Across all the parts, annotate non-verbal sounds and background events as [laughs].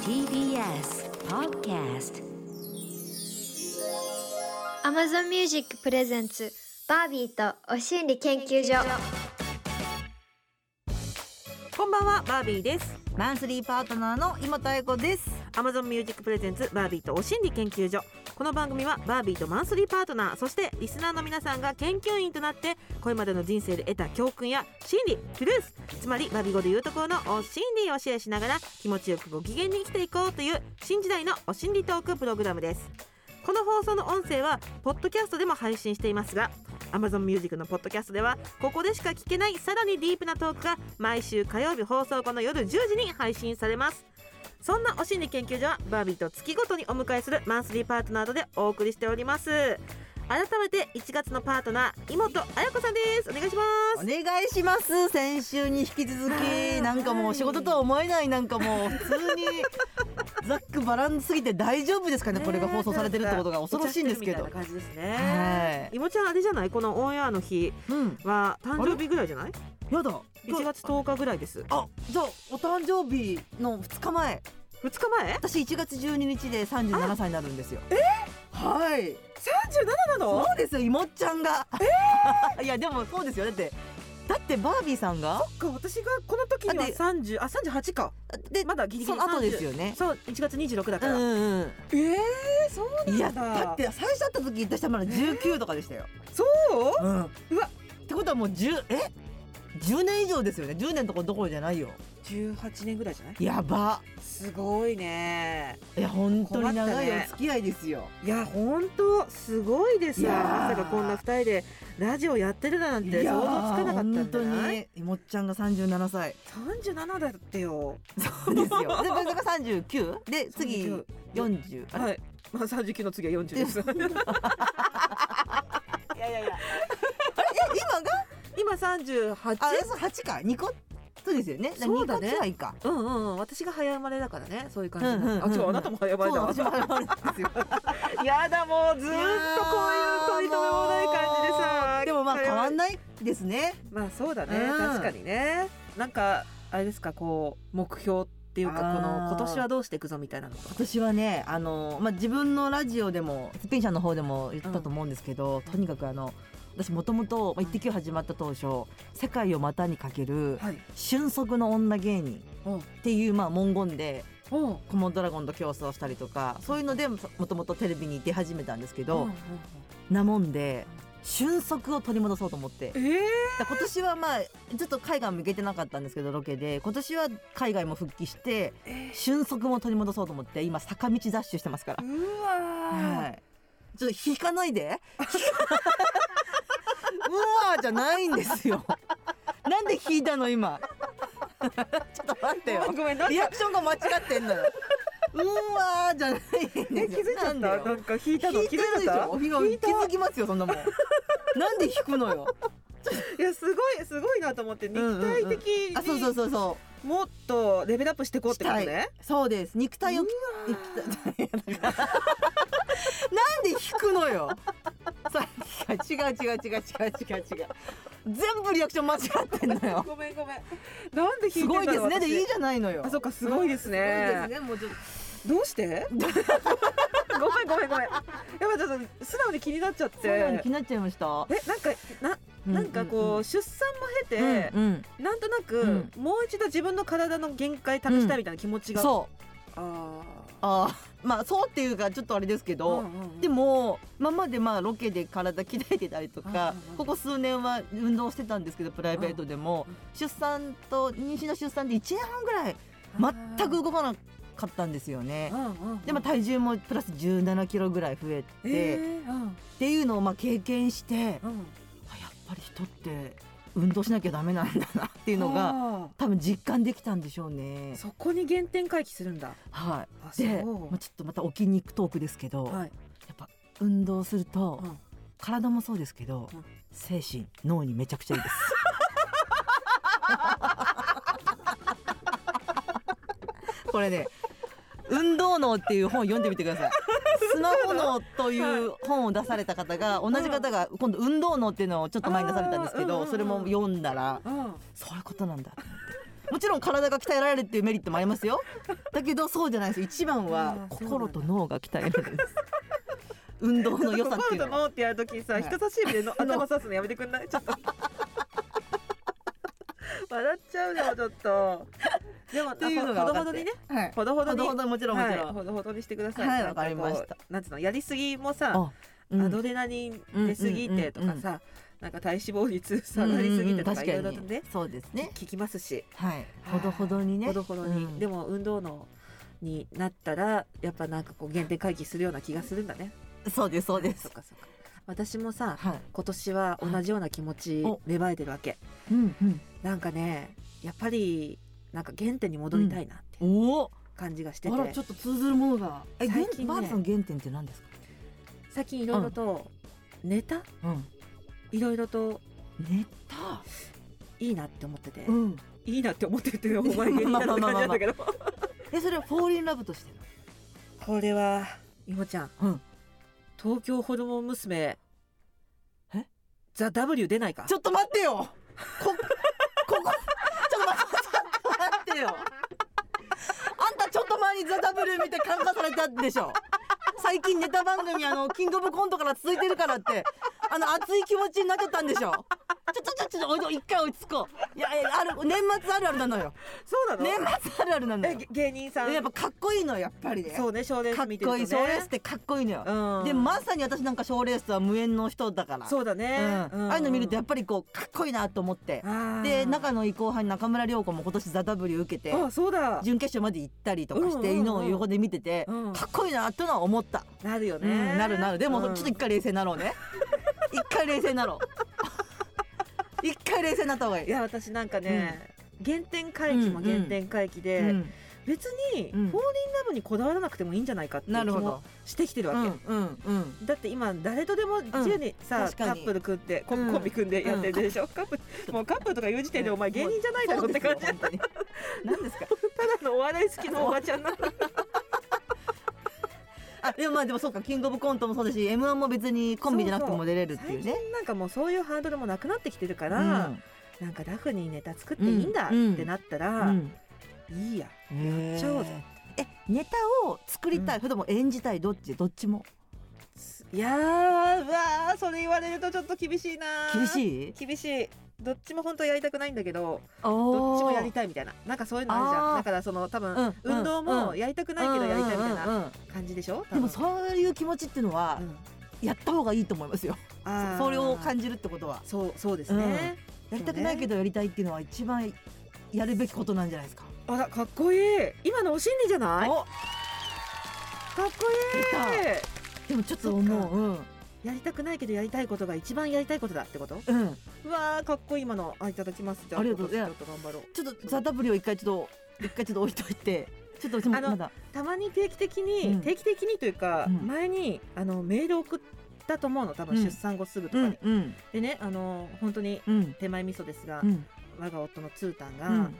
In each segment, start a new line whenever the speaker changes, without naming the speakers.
TBS Podcast
Amazon Music プレゼンツバービーとお心理研究所
こんばんは、バービーです。
マンスリーパートナーの今田彩子です
Amazon Music Presents バービーとお心理研究所。この番組はバービーとマンスリーパートナー、そしてリスナーの皆さんが研究員となって、これまでの人生で得た教訓や心理、トゥルース、つまりバビ語で言うところのお心理をシェアしながら気持ちよくご機嫌に生きていこうという新時代のお心理トークプログラムです。この放送の音声は、ポッドキャストでも配信していますが、Amazon Music のポッドキャストではここでしか聞けないさらにディープなトークが毎週火曜日放送後の夜10時に配信されますそんなお心理研究所はバービーと月ごとにお迎えするマンスリーパートナーなどでお送りしております改めて1月のパートナー妹彩子さんですお願いしま
お
す
願いします先週に引き続
はい
きなんかもう仕事とは思えないなんかもう普通にざっくばらんすぎて大丈夫ですかねこれが放送されてるってことが恐ろしいんですけど
お茶してるみたいな感じですね
は
妹ちゃんあれじゃないこのオンエアの日
いうん
は誕生日ぐらいじゃない
やだ
?1 月10日ぐらいです
あじゃあお誕生日の2日前
2日前
私1月12日で37歳になるんですよえはい
37なの
そうですよ、いもっちゃんが。 [laughs] いや、でも、そうですよ、だって。だって、バービーさんが。
か私がこの時には
だって
30あ38か
で、
まだギリギ
そ
リ
の後
30
ですよね。
そう1月26だ
う
か
ん
ら、
うんう
ええそうなん
ん。いや、
だ
だって、最初会った時、私はまだ19とかでしたよ。
そう
うん。
うわ
ってことは、もう10、え。10年以上ですよね10年とかどころじゃないよ
18年ぐらいじゃない
やば
すごいね
いや本当に長い
困ったね
お付き合いですよ、
いやほんとすごいです
い
よ
やー
まさかこんな2人でラジオやってるだなんて想像つかなかった
本
んじゃ
当
ない
にいもっちゃんが37歳
?37 だってよ [laughs]
そうですよで僕が39で次
39
40あれ
はいまあ39の次は40ですいやいやいや
あれえ今が
今38
あ、そう八か、二個。そうですよね。
そうだね
二個くらいか。
うんうんうん私が早生まれだからねそういう感じ、
うんうんうんうん
あ違うあなたも早生まれだわ
そう、私もあ
[laughs]
れなんですよ。
やだもうずーっとこういう取り留めもない感じでさ
もうでもまあ変わん
ない
ないですね。
まあそうだね、
うん
確かにねなんかあれですかこう目標っていうかこ
あー
の今年はどうしていくぞみたいなのとか
今年はね、あの、まあ自分のラジオでも、スピン社の方でも言ったと思うんですけど、とにかくあの。私もともと「イッテ Q!」始まった当初「世界を股にかける
はい
俊足の女芸人」
お
っていうまあ文言で
お
コモンドラゴンと競争したりとかそういうのでもともとテレビに出始めたんですけど、なもんで俊足を取り戻そうと思って
ええ
だから今年はまあちょっと海外も行けてなかったんですけどロケで今年は海外も復帰して
え
俊足も取り戻そうと思って今坂道ダッシュしてますから、
うわー、
はい、ちょっと引かないでうわーじゃないんですよなんで引いたの今 [laughs] ちょっと待ってよ
ごめんなんか
リアクションが間違ってんのようわーじゃないん
え
です
気づ
よ
いちゃった
んだ
な
よ
んか引いたの
引いてるでしょ
気づいた
気づきますよそんなもんなんで引くのよ
いやすごいすごいなと思って肉体的に
あそうそうそうそう
もっとレベルアップしていこうってこと
した
ね
そうです肉体を
う
き肉体なんで引くのよさっきから違う違う違う違う違う違う全部リアクション間違ってんのよ
ごめんごめんなんで引いて
す
んだろ
ご
う
いですねで
私
いいじゃないのよ
あそっかすごいです
すごい
ね
ですねもうちょっと
どうして
[laughs]
ごめんごめんごめんやっぱちょっと素直に気になっちゃって
そういうのに気になっちゃいました
えなんかななんかこう、出産も経
ううん
て、
うん
なんとなく、
うん
もう一度自分の体の限界試したいみたいな気持ちが、あ
そうあーまあそうっていうかちょっとあれですけ
あ
ど、で
も
も今までまあロケで体鍛えてたりとか
うんうんうん
ここ数年は運動してたんですけどプライベートでも
うんうん
出産と妊娠の出産で1年半ぐらい全く動かなかったんですよね。でも
っ
体重もプラス1 7キロぐらい増えて、
えーうん
っていうのをまあ経験して
うん、っ
あやっぱり人って運動しなきゃダメなんだなってい
て
うのが多分実感できたんでしょうね。
そこに原点回帰するんだ
はい
あ
で、
そう
まあ、ちょっとまたお筋肉トークですけど、
はい、
やっぱ運動すると、
うん
体もそうですけど、
うん
精神脳にめちゃくちゃいいです [laughs] これね運動脳っていう本読んでみてくださいスマホ脳という本を出された方が同じ方が今度運動脳っていうのをちょっと前に出されたんですけ
あーうん
ど
うん
それも読んだら
うん、
そういうことなんだと思ってもちろん体が鍛えられるっていうメリットもありますよだけどそうじゃないです一番は
うん
心と脳が鍛えられるんです運動の良さっていうのは
ってやるときさ、
はい
人差し指での頭刺すのやめてくんないちょっと笑っちゃうよちょっとでも
っていうのが
ほ
分
ど
か
ほ
っ
ど
て
にね
はい
ほどほど
ほ
に
どほどもちろんもちろ
はい、
ん
ほどほどにしてください
はい
なん
わかりました
こうなんつうのやりすぎもさ
あうん
アドレナリン出すぎてとかさ、
うんうんうん
なんか体脂肪率下
うん
がりすぎ
うんう
て
ん
とか
確
いろい
か
ろ
に
とね
そうですね
聞きますし
はいほどほどにね
ほどほどに、
うん
でも運動のになったらやっぱなんかこう原点回帰するような気がするんだね
そうですそうで
そ
す
っかそっか私もさ
はい
今年は同じような気持ち
お
芽生えてるわけ
うんうん
なんかねやっぱりなんか原点に戻りたいなって
おお
感じがしてて、
あらちょっと通ずるものがえ
最
原
近
バ
ね
ーさん原点って何ですか
最近いろいろとネタ
うん
いろいろと
ネタ
いいなって思ってて、
ん
いいなって思っててお前芸人なのって感じなんだけど
えそれはフォーリンラブとして
これはイモちゃん、
うん
東京ホルモン娘
え
ザ・ W 出ないか
ちょっと待ってよこ、ここ、ちょっと待って、ちょっと待ってよあんたちょっと前にザ・ダブル見て感化されたでしょ最近ネタ番組あの、キングオブコントから続いてるからって、あの、熱い気持ちになっちゃったんでしょちょ、ちょ、ちょ、ちょ、おいおい一回追いつこう。いや、いやある、年末あるあるなのよ。
そうな
年末あるあるなの
え
よ。
芸人さん
やっぱかっこいいのよ、やっぱりね。
そうね賞レー
か
ス
っ
見てる
ことい
ね
い、賞レースってかっこいいのよ。
うん
で、まさに私なんか賞レースとは無縁の人だから。
そうだね、
うんああいうの見るとやっ
ぱ
ぱりこうかっこいいなと思ってで
で
仲のいい後輩の中村涼子も今年「ザ・ w 受けて
あそうだ
準決勝まで行ったりとかして
うんうんうん
いうのを横で見てて
うん
かっこいいなとは思った、
なるよ
う
ね、
ん、なるなるでもち
う
ょ
ん
っと一回冷静になろう
[laughs]
ね一回冷静になろ
[laughs]
う一回冷静になった方がい
い
い。
や私なんかね、原点回帰も原点回帰で、
うん
別に、
うん
フォーリンラブにこだわらなくてもいいんじゃないかっていう
な
気
るほ
も
ど。
してきてる
う
わ
ん
け、
うんうん。
だって今誰とでも自由にさ、
確
カ
かに
ップル組んでコ
うん
コンビ組んでやってるでしょ、カップルもうカップルとか言う時点でお前芸人じゃないだろって感じ
そうですよ本当に何ですか。
ただのお笑い好きのおばちゃんなの
あでもまあでもそうかキングオブコントもそうだし M1 も別にコンビじゃなくても出れるってい
最
う
近
ね。
なんかもうそういうハードルもなくなってきてるか
う
ら、
ん
なんかラフにネタ作っていいんだってなったら、
うん
いいや
や
っちゃおうぜ
えネタを作りたい、
うん
それとも演じたいどっちどっちも
いやーうわーそれ言われるとちょっと厳しいな
厳
い
しい
厳しいどっちも本当はやりたくないんだけどど
ど
っちもやりたいみたいななんかそういうのあるじゃ
あ
ん
ー
だからその多分、
うん
運動も
うん
やりたくないけどやりたいみたい
うん
な
うんうん
感じでしょ、
でも
う
そういう気持ちっていうのは、
ん
やった方がいいと思いますよ
あー
それを感じるってことは
そうそうですね、
やりたくないけどやりたいっていうのは一番やるべきことなんじゃないですか、
あらかっこいい今のお心理じゃないかっ
お
こいい
出たでもちょっと思う
やりたくないけどやりたいことが一番やりたいことだってこと
うんうん
うわーかっこいい今のあいただきますじゃあ
ありがとう
今年ちょっと頑張ろう
ちょっと「ザ・ダブリを一回ちょっと一回ちょっと置いといてちょっと私も
あの
まだ
たまに定期的に、
うん
定期的にというか、
うん
前にあのメール送ったと思うの多分
うん
出産後すぐと
う
かに、
んうん
でねあの本当に
うん
手前味噌ですが、
うん
我が夫のツータンが、
うん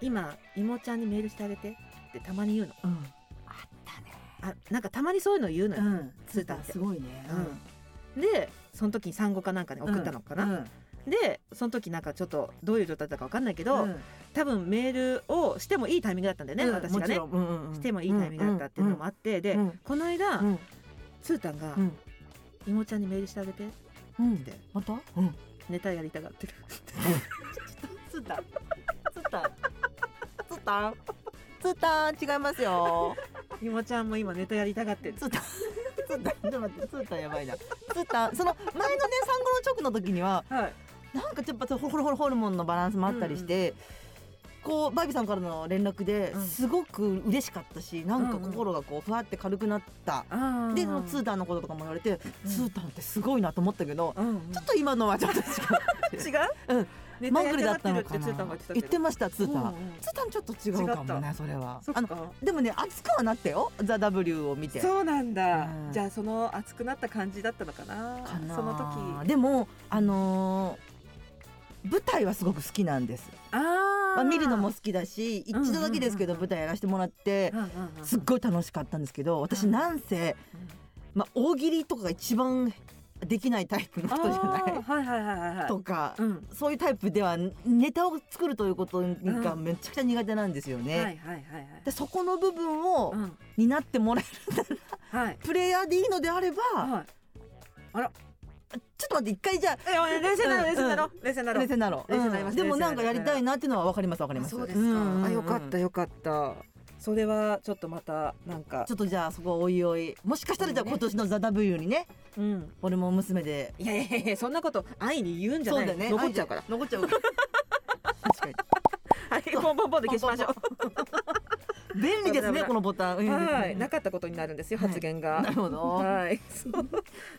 今妹ちゃんにメールしてあげてってたまに言うの
うんあったね
あなんかたまにそういうの言うのよ、
ん
ツータンって
すごいね
うんでその時に産後かなんかに送ったのかな、
うん
でその時なんかちょっとどういう状態だったかわかんないけど、
うん
多分メールをしてもいいタイミングだったんだよね、
うん
私がね
もちろんうんうんうん
してもいいタイミングだったっていうのもあって、で、
うん
この間、
うん
ツータンが、
うん
妹ちゃんにメールしてあげて
うん
て
またうん
[laughs] ネタやりたがってる
つったつったつったつった違いますよ
妹ちゃんも今ネタやりたがってる
つったつったちょっと待ってつ [laughs] ったやばいなつったその前のね産後の直の時には
はい
なんかちょっとホルホルホルモンのバランスもあったりして、こうバービーさんからの連絡で
うん
すごく嬉しかったし、なんか心がこうふわって軽くなった、
あ
でそのツー
タ
タンのこととかも言われて、
うん
ツータンってすごいなと思ったけど、
ン、うんうん
ちょっと今のはちょ [laughs] っと違う
違
う
う、ネタ
マ
や
ング
り
ルだ
た
った
が
の
って
か
るって
な
ツータンが言ってた
言
けど
ってましたツータン
うんうん
ツータンちょっと違うかも
違
ねそれは
そっ
あの
か
でもね熱くはなったよザ・ W を見て
そうなんだ、
うん
じゃあその熱くなった感じだったのかな
かな
その時
でもあのー舞台はすごく好きなんです、
あ
まあ、見るのも好きだし一
うんうんうん
度だけですけど舞台やらせてもらって
うんうんうん
すっごい楽しかったんですけど私なんせ、まあ、大喜利とかが一番できないタイプの
あ
人じゃない
ーはいはいはいはいはい
とか、
うん
そういうタイプではネタを作るということが
うん
めちゃくちゃ苦手なんですよね。
はいはいはいはい
でそこの部分を
うん
担ってもらえる [laughs]
はい
プレイヤーでいいのであれば、
はい
ちょっと待って一回じゃ
えおい冷静な
うん
冷静なろ冷静な
あ
ろ
冷静なの、
冷静になります
でもなん
冷静になります
かやりたいなっていうのはわかりますわかります
そうですか、
んんん
あよかったよかったそれはちょっとまたなんか
ちょっとじゃあそこはおいおいもしかしたらじゃあ
そう
今
ね
年のザ・ W にね
うん
俺も娘で
いやいやいやそんなこと愛に言うんじゃ
そう
ない
だね
残っちゃうから
あ残っちゃうから
[laughs]
確かに
はいポン [laughs] ポンポンで消しましょ
便利ですね
危ない危ない
このボタンう
うんはいなかったことになるんですよ
はい
発
[laughs]
言
な
が
るほどはい
はいそう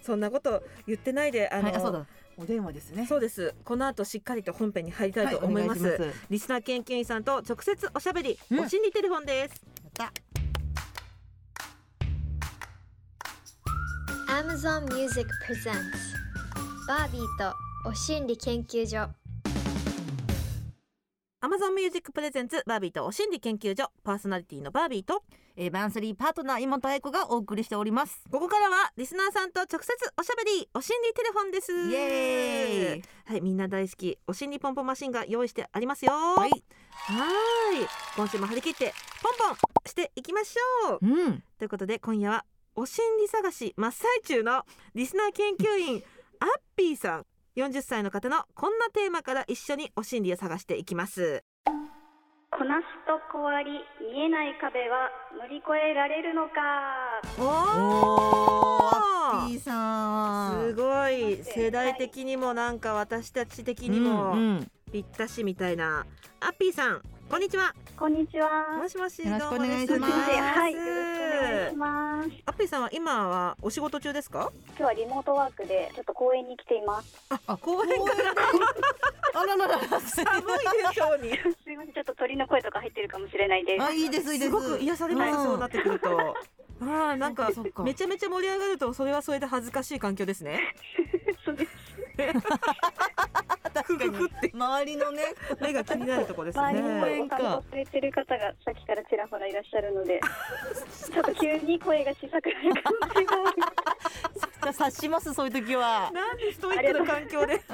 そんなこと言ってないであの、
あそうだお電話ですね
そうですこの後しっかりと本編に入りたいと思います,、
はお願し
リスナー研究員さんと直接おしゃべり、
うん
お心理テレフォンです
やった
Amazon Music Presents バービーとお心理研究所
Amazon Music Presents バービーとお心理研究所パーソナリティのバービーと
えー、バンスリーパートナー今田愛子がお送りしております
ここからはリスナーさんと直接おしゃべりお心理テレフォンです
イエーイ
はいみんな大好きお心理ポンポンマシンが用意してありますよ
はい
はーい今週も張り切ってポンポンしていきましょう
うん
ということで今夜はお心理探し真っ最中のリスナー研究員アッピーさん40歳の方のこんなテーマから一緒にお心理を探していきます
こなしと小割り見えない壁は乗り越えられるのか
お
お
ー
ーアッピーさん
すごい世代的にもなんか私たち的にも
うんうん
ぴったしみたいな、アッピーさんこんにちは
こんにちは
もしもし
よろしくお願い
どうもです
します
はいよろしくお願いします
アッピーさんは今はお仕事中ですか
今日はリモートワークでちょっと公園に来てい [laughs] ます
あ
公園から
あららららす
寒いでしょうに
すいませんちょっと鳥の声とか入ってるかもしれないです
あいいですいいです
すごく癒されます、
うん
そうなってくるとあーなんか
そっかそっか
めちゃめちゃ盛り上がるとそれはそれで恥ずかしい環境ですね
そうです
確かに
ふふふって
周りのね
目が気になるとこです
周りに
公
声
園
を
か
担当されてる方がさっきからちらほらいらっしゃるのでちょっと急に声が小さくなるかもしれない [laughs]
じゃあ察しますそういう時は
なんでストイックな環境で
す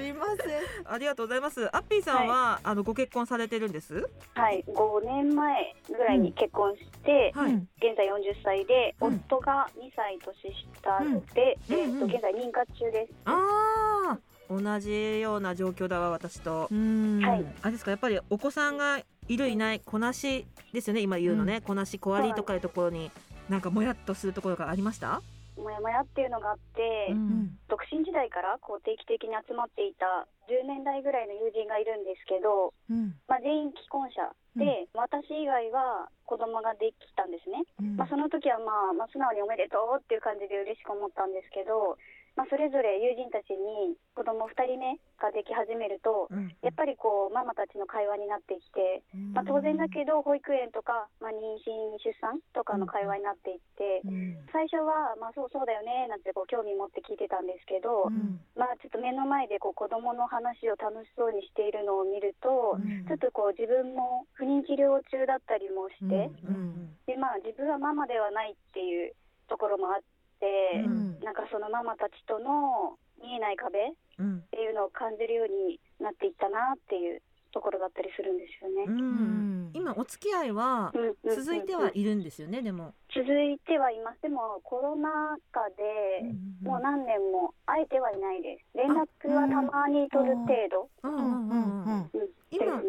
いませ
[laughs] ありがとうございますアッピーさんは、あのご結婚されてるんです
はい5年前ぐらいに結婚して、
んうん
現在40歳で、
うん
夫が2歳年下で、
うん
えー
うん
と
うん
現在妊活中です。
あー同じような状況だわ私と、
うん
はい
あれですかやっぱりお子さんがいるいないこなしですよね今言うのね、こなし小割りとかいうところになんかもやっとするところがありました、
もやもやっていうのがあって、
うん
独身時代からこう定期的に集まっていた10年代ぐらいの友人がいるんですけど、
うん
まあ、全員既婚者で、私以外は子供ができたんですね、
うん
まあ、その時は、まあ、まあ素直におめでとうっていう感じで嬉しく思ったんですけど、まあ、それぞれ友人たちに子供2人目ができ始めると
うん
やっぱりこうママたちの会話になってきてまあ、当然だけど保育園とか、まあ、妊娠出産とかの会話になっていって、
うん
最初は、まあ、そうそうだよねなんてこう興味持って聞いてたんですけど、
うん
まあ、ちょっと目の前でこう子供の話を楽しそうにしているのを見ると、
うん
ちょっとこう自分も不妊治療中だったりもして、
うん
でまあ、自分はママではないっていうところもあって、
うん
なんかそのママたちとの見えない壁っ
うん
ていうのを感じるようになっていったなっていうところだったりするんですよ
う
ね。
ん今お付き合いは
うんうんうんうん
続いてはいるんですよねでも
続いてはいますでもコロナ禍でもう何年も会えてはいないです連絡はたまに取る程度
うん
う
うん
ん
う
うん
うんん
うん
うんですね
今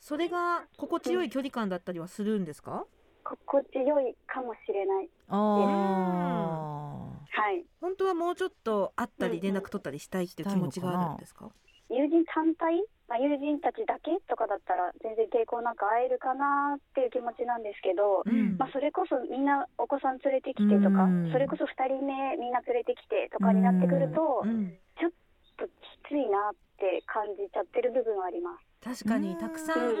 それが心地よい距離感だったりはするんですか
心地よいかもしれない
あ
はい
本当はもうちょっと会ったり連絡取ったりしたいっていう気持ちがあるんですか
友人単体、まあ、友人たちだけとかだったら全然抵抗なく会えるかなっていう気持ちなんですけど、
うん
うん
まあ、それこそみんなお子さん連れてきてとか
うん
それこそ2人目みんな連れてきてとかになってくると
うん
ちょっときついなって感じちゃってる部分はあります。
確かにたくさん
う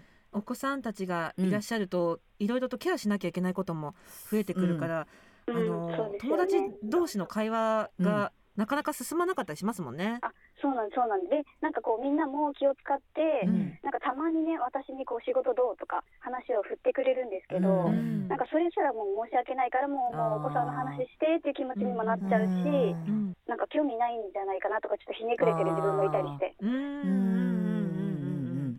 ーうん
ん
お子さんたちがいらっしゃるといろいろとケアしなきゃいけないことも増えてくるから、
うん
あの
そうです
友
よね
達同士の会話がなかなか進まなかったりしますもんね。
そうなんですそうなんですでなんかこうみんなも気を使って、
うん
なんかたまにね私にこう仕事どうとか話を振ってくれるんですけど、
うん
なんかそれすらもう申し訳ないからもうもうお子さんの話してっていう気持ちにもなっちゃう
う
し、
ん
なんか興味ないんじゃないかなとかちょっとひねくれてる自分もいたりして、
うんうん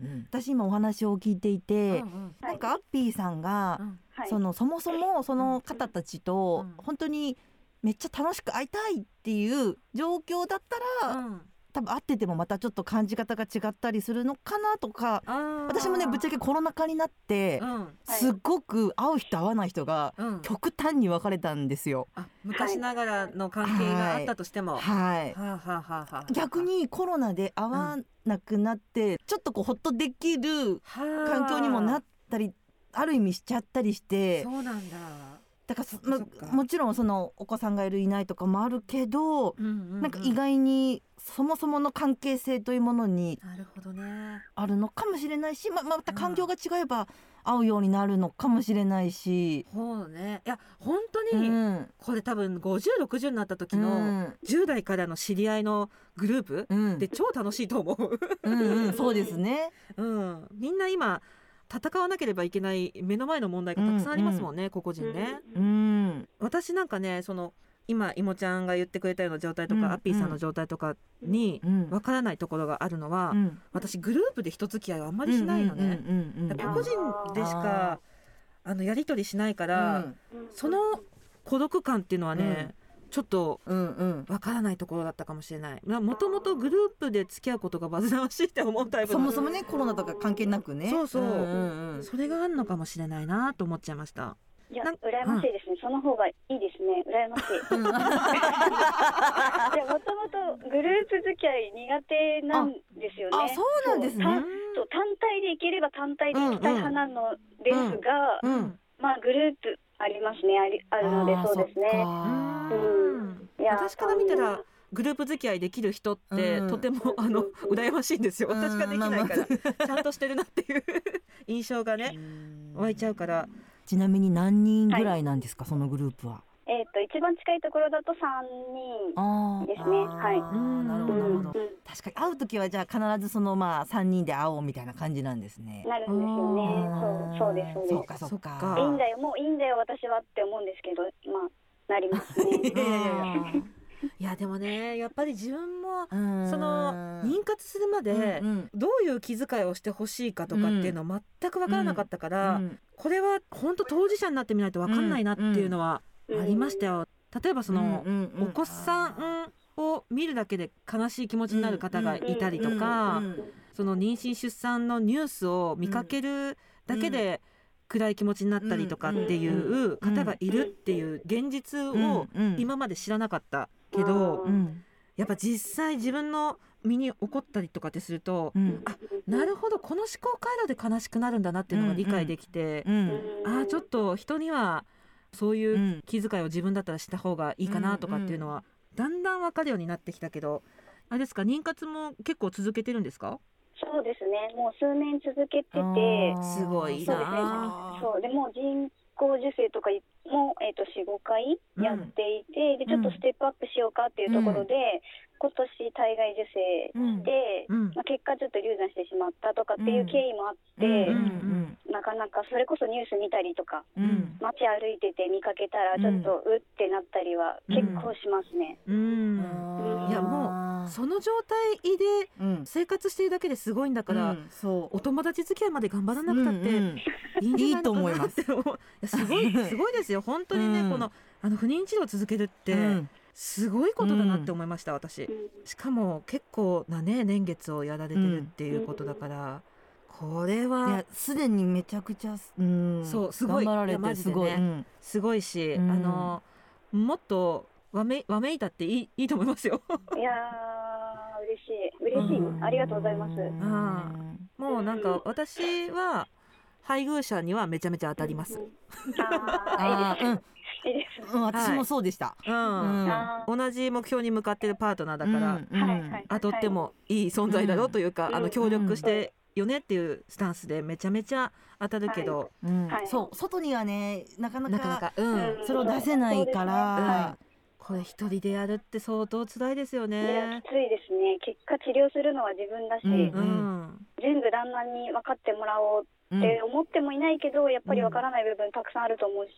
うんうんうん私今お話を聞いていて、
は
ないんかアッピーさんが、
はい、
そのそもそもその方たちと
うん
本当にめっちゃ楽しく会いたいっていう状況だったら、多分会っててもまたちょっと感じ方が違ったりするのかなとか私もねぶっちゃけコロナ禍になって
う、ん
はい
すっごく会う人会わない人が
うん
極端に分かれたんですよ。
あ昔ながらの関係があったとしても、
はい
はあはあはあはあ
逆にコロナで会わなくなって、ちょっとこうほっとできる環
環
境にもなったりある意味しちゃったりして
そうなんだ、
だからそ
そっかそっか
まもちろんそのお子さんがいるいないとかもあるけど、
うんうんうん
なんか意外にそもそもの関係性というものに
なるほどね
あるのかもしれないしままた環境が違えば会うようになるのかもしれないし。
ほうねいや本当
う
に、
ん
これ多分5060になった時の10代からの知り合いのグループ
うんうん
で超楽しいと思
[laughs]
う、
うんうん、そうですね。
うん、みんな今戦わなければいけない目の前の問題がたくさんありますもんね、個々人ね、
うん、
私なんかねその今いもちゃんが言ってくれたような状態とか、
うん
アッピーさんの状態とかに
うん、
わからないところがあるのは、
うん
私グループで人付き合いはあんまりしないのね、
うんうんうんうん
やっぱ個人でしかあのやり取りしないから、
うん
その孤独感っていうのはね、ちょっと
うんうん、
わからないところだったかもしれないなもともとグループで付き合うことが煩わしいって思うタイプ
そ
なの
もそもねコロナとか関係なくね
そうそうん
うんうん
それがあるのかもしれないなと思っちゃいました
いや
な
羨
ん
ましいですね、その方がいいですね羨まし [laughs]
う
い
ん
いやもともとグループ付き合い苦手なんですよね
あそうなんですね
そうそう単体で行ければ単体で行きたい派なのですが、
うん
まあグループありますねありあるので
あー
そうですね
そっか
うんいや
私から見た
う
ら
ん
グループ付き合いできる人って、
うん
とてもあの羨ましいんですよ
うん
私ができないから、
ま
[laughs] ちゃんとしてるなっていう印象がね湧いちゃうから
ちなみに何人ぐらいなんですか、そのグループは
えっ、と一番近いところだと3人
あー
ですねはい
あーなるほ
う
どな
ん
るほど、
うんうん
確かに会う時はじゃあ必ずそのまあ三人で会おうみたいな感じなんですね
なるんですよね
あー
そうそうですそう
そう
で
かそう
そっか
か
すいいんだよもういいんだよ私はって思うんですけどまあなりますね
いやいやいやいやでもねやっぱり自分も
うん
その妊活するまで、
うんうん
どういう気遣いをしてほしいかとかっていうのは全く分からなかったから、
うん
これは本当当事者になってみないと分かんないなっていうのは
う
[laughs]
ん
ありましたよ。例えばその、
うんうんうん
お子さんを見るだけで悲しい気持ちになる方がいたりとか、
うんうんうん
その妊娠出産のニュースを見かけるだけで暗い気持ちになったりとかっていう方がいるっていう現実を
うん
今まで知らなかったけど
う、ん
やっぱ実際自分の身に起こったりとかってすると
う、ん
なるほどこの思考回路で悲しくなるんだなっていうのが理解できて
う、
うん
ん
ああちょっと人にはそう
う
いうん気遣いを自分だったらした方がいいかなとかっていうのはだんだん分かるようになってきたけどあれですか妊活も結構続けてるんですか
そうですねもう数年続けてて
あー
すごい
そうですね
なあ
そうでもう人工授精とかも、えー、と45回やっていて、でちょっとステップアップしようかっていうところで、今年体外受精して、
うん
まあ、結果ちょっと流産してしまったとかっていう経緯もあって、
うん
なかなかそれこそニュース見たりとか
うん
街歩いてて見かけたらちょっとうってなったりは結構しますね。
うん
うん
いやもうその状態で
う、うん、
生活しているだけですごいんだから、
うんそう
お友達付き合いまで頑張らなくたって
うん
いいんじゃなのかなって思ういやすごいすごいですよ本当にね、
うん
このあの不妊治療を続けるって
うん
すごいことだなって思いました、私
うん
しかも結構なね年月をやられてるっていうことだから、これ
い
は
やすでにめちゃくちゃ、うん、
そうすごい
頑張られ
いやマ
て
ジ
す
でね
ごい、うん
すごいし、
うん
あのもっとわめわめいたっていいいいと思いますよ [laughs]
いやー嬉しい嬉しい、
うん
ありがとうございます。
あもうなんか私は配偶者にはめちゃめちゃ当たります、
あ
あー
ーいいですねいいです。
うん、うん、私もそうでした、
うん
あー
同じ目標に向かってるパートナーだから、
うん
はいはい
当たってもいい存在だろうというか、
うん
あの協力してよねっていうスタンスでめちゃめちゃ当たるけど、
うん
はい
そう外にはねなかなか
なかなか、うん
うん
それを出せないから、
これ一人でやるって相当辛いですよ
いや
ね
き。ついですね結果治療するのは自分だし、
うん
うん、
全部旦那に分かってもらおうっって思ってもいないけど、やっぱりわからない部分たくさんあると思うし、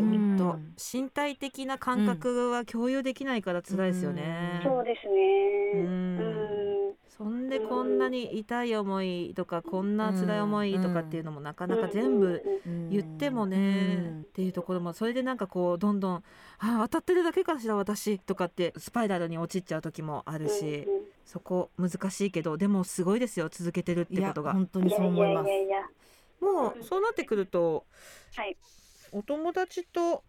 うん
きっと身体的な感覚は共有できないから辛いですよね。
そうです
う
ね。
んそんでこんなに痛い思いとかこんな辛い思いとかっていうのもなかなか全部言ってもね、
うん
っていうところもそれでなんかこうどんどん「あ当たってるだけかしら私」とかってスパイラルに陥っちゃう時もあ
う
る
ん
し、そこ難しいけどでもすごいですよ続けてるっ
い
てこ
や
とが。
本当
うん
にそう
い
思
や
い
い
ま
や
す
いやいや。
もうそうなってくると、
はい
お友達と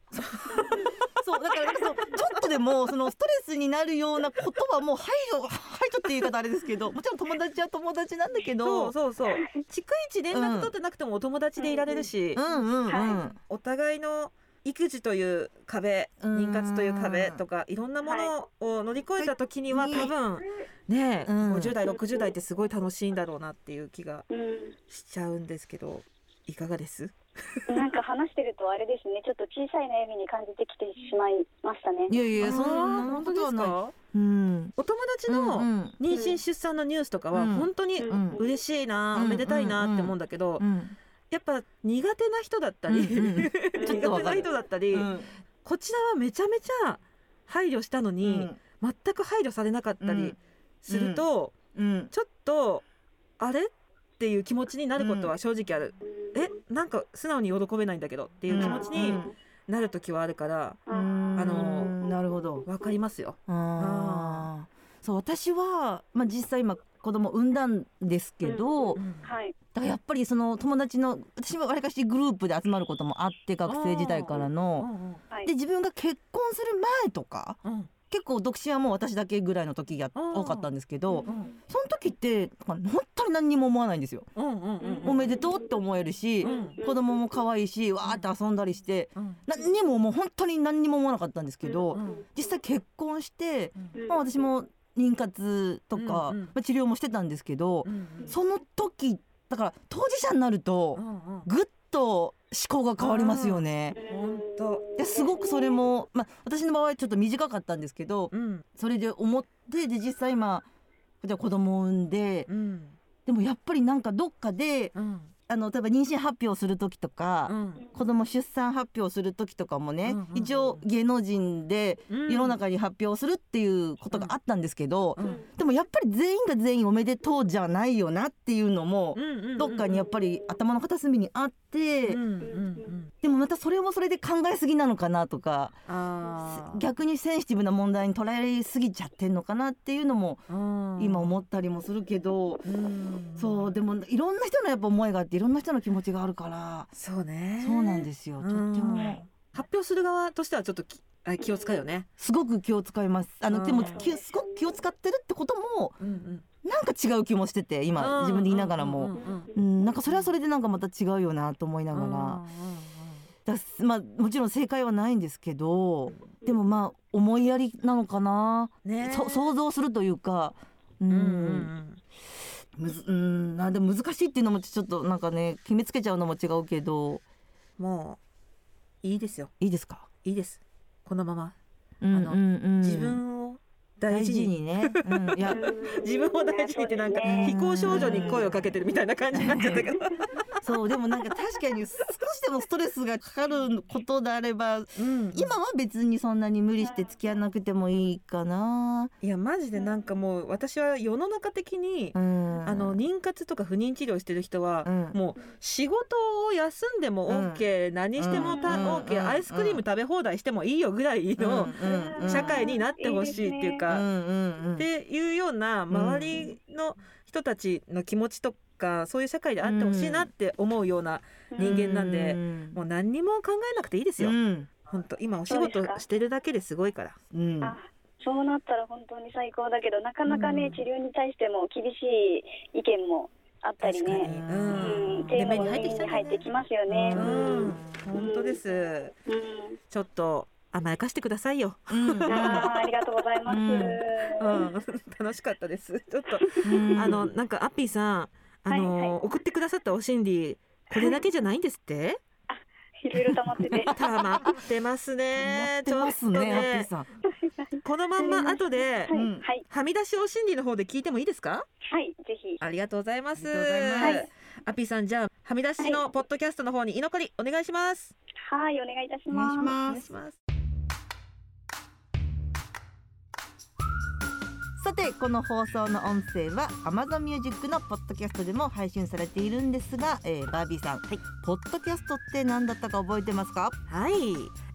そうだからなんかそのちょっとでもそのストレスになるようなことはもう排除排除っていう言い方あれですけどもちろん友達は友達なんだけ
そ
ど
うそう [laughs] そう逐一連絡取ってなくてもお友達でいられるし、
うんうんうん、
は
お互いの育児という壁
うん
妊活という壁とかいろんなものを乗り越えた時には
はい
多分ねえ
うん
50代60代ってすごい楽しいんだろうなっていう気が
う
しちゃうんですけどいかがです
ん、なんか話してるとあれですねちょっと小さい悩みに感じてきてしまいましたね
いやいやそんな
本
こと
当で
は
す
ない
か
うん
お友達
うんう
の
ん
妊娠出産のニュースとかは
うん
本当に
ん
嬉しいな、
うん
おめでたいなって思うんだけど、
うん
やっぱ苦手な人だったり、
うんうん
[laughs]
ち
ょっと
苦
わ
手
か
な
る
人だったり、こちらはめちゃめちゃ配慮したの
う
に、
ん
全く配慮されなかった
う
り
ん
すると、
うん
ちょっとあれっていう気持ちになること
う
は正直ある、えなんか素直に喜べないんだけどっていう気持ちになる時はあるから
うん
あの
なるほど
わかりますよ。
あーそう私は、まあ、実際今子供産んだんですけど、
う
だ
ん
はい
からやっぱりその友達の私もわりかしグループで集まることもあって学生時代からの。
はい
で自分が結婚する前とか
うん
結構独身はもう私だけぐらいの時が多かったんですけど
うん
その時ってなんか本当に何にも思わないんですよ。
うんうんうん
おめでとうって思えるし
うん
子供も可愛いしわーって遊んだりして
うん
何にももう本当に何にも思わなかったんですけど
うん
実際結婚して
うん
まあ、私も妊活とか、
うんうん
まあ、治療もしてたんですけど、
うん
その時だから当事者になると
うん
ぐっと思考が変わりますよね。
本当
ですごくそれも、まあ、私の場合ちょっと短かったんですけど
うん
それで思ってで実際今じゃあ子供を産んで
うん
でもやっぱりなんかどっかで
うん
あの例えば妊娠発表する時と
う
か、
ん
子供出産発表する時とかもね、
うんうんうん
一応芸能人で
うん
世の中に発表するっていうことがあったんですけど、
うん
でもやっぱり全員が全員おめでとうじゃないよなっていうのも
うんうんうん
どっかにやっぱり頭の片隅にあって
うんうんうん
でもまたそれもそれで考えすぎなのかなとか
あー
逆にセンシティブな問題に捉えすぎちゃってんのかなっていうのも
うん
今思ったりもするけど
うん
そうでもいろんな人のやっぱ思いがあっていろんな人の気持ちがあるから
そうね
そうなんですよとって
うん
も
発表する側としてはちょっときあ気を使うよね。
すごく気を使いますあ
う
の
ん
でも気をすごく気を使ってるってことも
うんうん、
なんか違う気もしてて今自分で言いながらも。うん、なんかそれはそれでなんかまた違うよなと思いな
だ
がら,、だすまあもちろん正解はないんですけどでもまあ思いやりなのかな、
ね
そ想像するというかうん、う
う
ん
うんん
むずうん、なんでも難しいっていうのもちょっとなんかね決めつけちゃうのも違うけど
うん、もういいですよ
いいですか、
いいですこのまま、
うん
の
うんうん
自分を大
大
事
事
に
にね、うん、いや
自分を大事にってなんか
ね
非行少女に声をかけてるみたいな感じになっちゃったけど、
そうでもなんか確かに少しでもストレスがかかることであれば
うん、
今は別にそんなに無理して付き合わなくてもいいかな。
いやマジでなんかもう私は世の中的に、
うん、
あの妊活とか不妊治療してる人は、
うん
もう仕事を休んでも OK、何しても
う
た
ん
OK、
うん
アイスクリーム食べ放題してもいいよぐらいの、
うんうん
社会になってほしいっていう
うんうんうん
か、っていうような周りの人たちの気持ちとかそういう社会であってほしいなって思うような人間なんで、
うん
もう何にも考えなくていいですよ。
うん
本当今お仕事してるだけですごいから。
うん
あそうなったら本当に最高だけどなかなかね、
うん
治療に対しても厳しい意見もあったり
確かに、
ね、
う、
うんん、
で
テーマ
目
も
に入っ
目
てきちゃ
に
った
入ってきますよね。
う、
うんん
本当です。
うん
ちょっと甘やかしてくださいよ。
うん
あーありがとうございます。
うん
う
は
ん、 [laughs] 楽しかったです。ちょっと
うん
あのなんかアッピーさん、あの、
はいはい
送ってくださったお心理これだけじゃないんですって？
い、いろいろ溜まって [laughs] て。
溜まってます
や [laughs]
ね
っ。てます
ちょっと
ねハッピーさん
このまんま後で
う
はい
ん、
はい、
はみ出しお心理の方で聞いてもいいですか？
はい、ぜひ。
ありがとうございます。
ありがとうございます
はい
アピさんじゃあはみ出しのポッドキャストの方に居残りお願いします、
はい、お願いいたします。
お
ま
願いします
さてこの放送の音声は Amazon Music のポッドキャストでも配信されているんですが、えー、バービーさん、
はい
ポッドキャストって何だったか覚えてますか
はい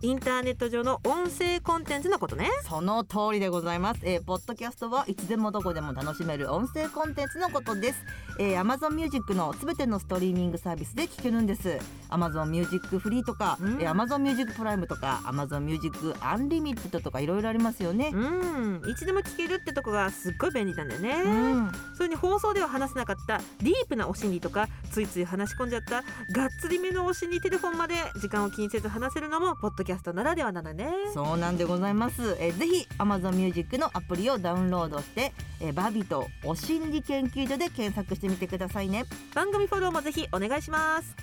インターネット上の音声コンテンツのことね
その通りでございます、えー、ポッドキャストはいつでもどこでも楽しめる音声コンテンツのことです、えー、Amazon Music のすべてのストリーミングサービスで聴けるんです Amazon Music フリーとか、
うん
えー、Amazon Music プライムとか Amazon Music アンリミットとかいろいろありますよね
うんいつでも聞けるってとこがすっごい便利なんだよね、
うん
それに放送では話せなかったディープなお心理とかついつい話し込んじゃったがっつりめのお心理テレフォンまで時間を気にせず話せるのもポッドキャストならではなのね
そうなんでございます。えーぜひ Amazon Music のアプリをダウンロードして、えーバビとお心理研究所で検索してみてくださいね。
番組フォローもぜひお願いします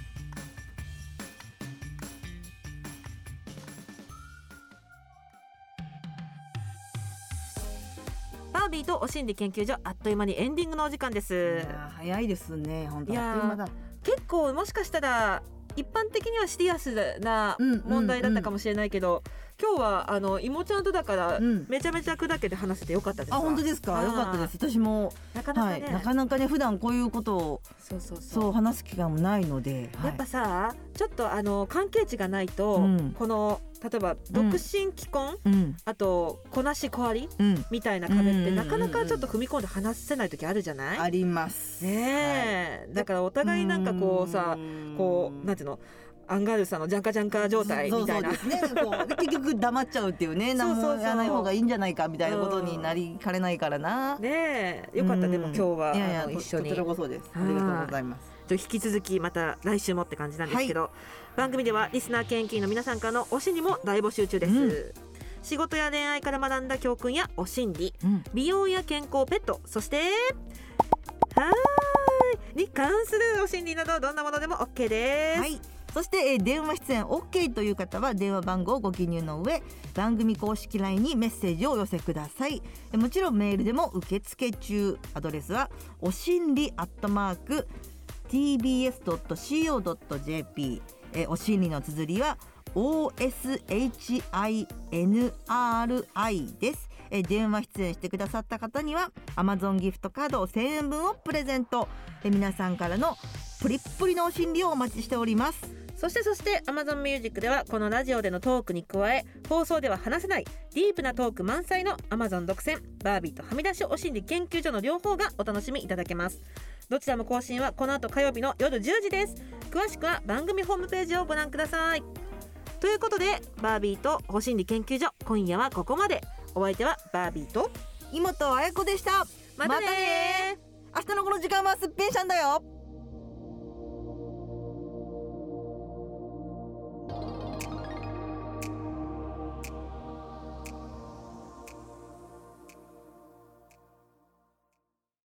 バービーとお心理研究所あっという間にエンディングのお時間です
早いですね。本
当あっという間だ結構もしかしたら一般的にはシリアスな
うんうんうん
問題だったかもしれないけど、今日はあの妹ちゃんとだから
うん
めちゃめちゃ砕けて話せてよかったです
あ
わ、
本当です
あ
か。
ー
よかったです。私も
なかなか
は
ね、
いなかなかね普段こういうことを
そうそうそう
そう話す機会もないので、はい
やっぱさちょっとあの関係値がないと、
うん
この例えば独身既婚、
うん
あとこなしこあり
うん
みたいな壁っ
うんう
て
んうんう
なんかなかちょっと踏み込んで話せない時あるじゃない、
ります
ねえ、だからお互いなんかこうさこうなんていうのアンガールズさんのジャンカジャンカ状態みたいな
そうそうですね。こう結局黙っちゃうっていうね、何
そうそ
も
うそう
言わない方がいいんじねかみたいなことになりかねないからな。
ねえよかった、
うん
でも今日はい
やいや
あの一緒に
こち
ち
ら
ょ
こそです。
うん
ありがとうございます。
っと引き続きまた来週もって感じなんですけど、番組ではリスナー研究員の皆さんからのお心理も大募集中です、
うん
仕事や恋愛から学んだ教訓やお心理
うん、
美容や健康ペットそしてはーいに関するお心理などどんなものでも OK です、
はい。そして、えー電話出演 OK という方は電話番号をご記入の上番組公式 LINE にメッセージをお寄せくださいえーもちろんメールでも受付中アドレスはおしんりアットマーク tbs.co.jp えーおしんりの綴りは oshinri ですえー電話出演してくださった方には Amazon ギフトカード1000円分をプレゼントえー皆さんからのプリップリのお心理をお待ちしております
そしてそして Amazon Music ではこのラジオでのトークに加え放送では話せないディープなトーク満載の Amazon 独占バービーとはみ出しお心理研究所の両方がお楽しみいただけますどちらも更新はこの後火曜日の夜10時です詳しくは番組ホームページをご覧くださいということでバービーとお心理研究所今夜はここまでお相手はバービーと
妹あやこでしたま
またね
たね明日のこの時間はすっぺんしゃんだよ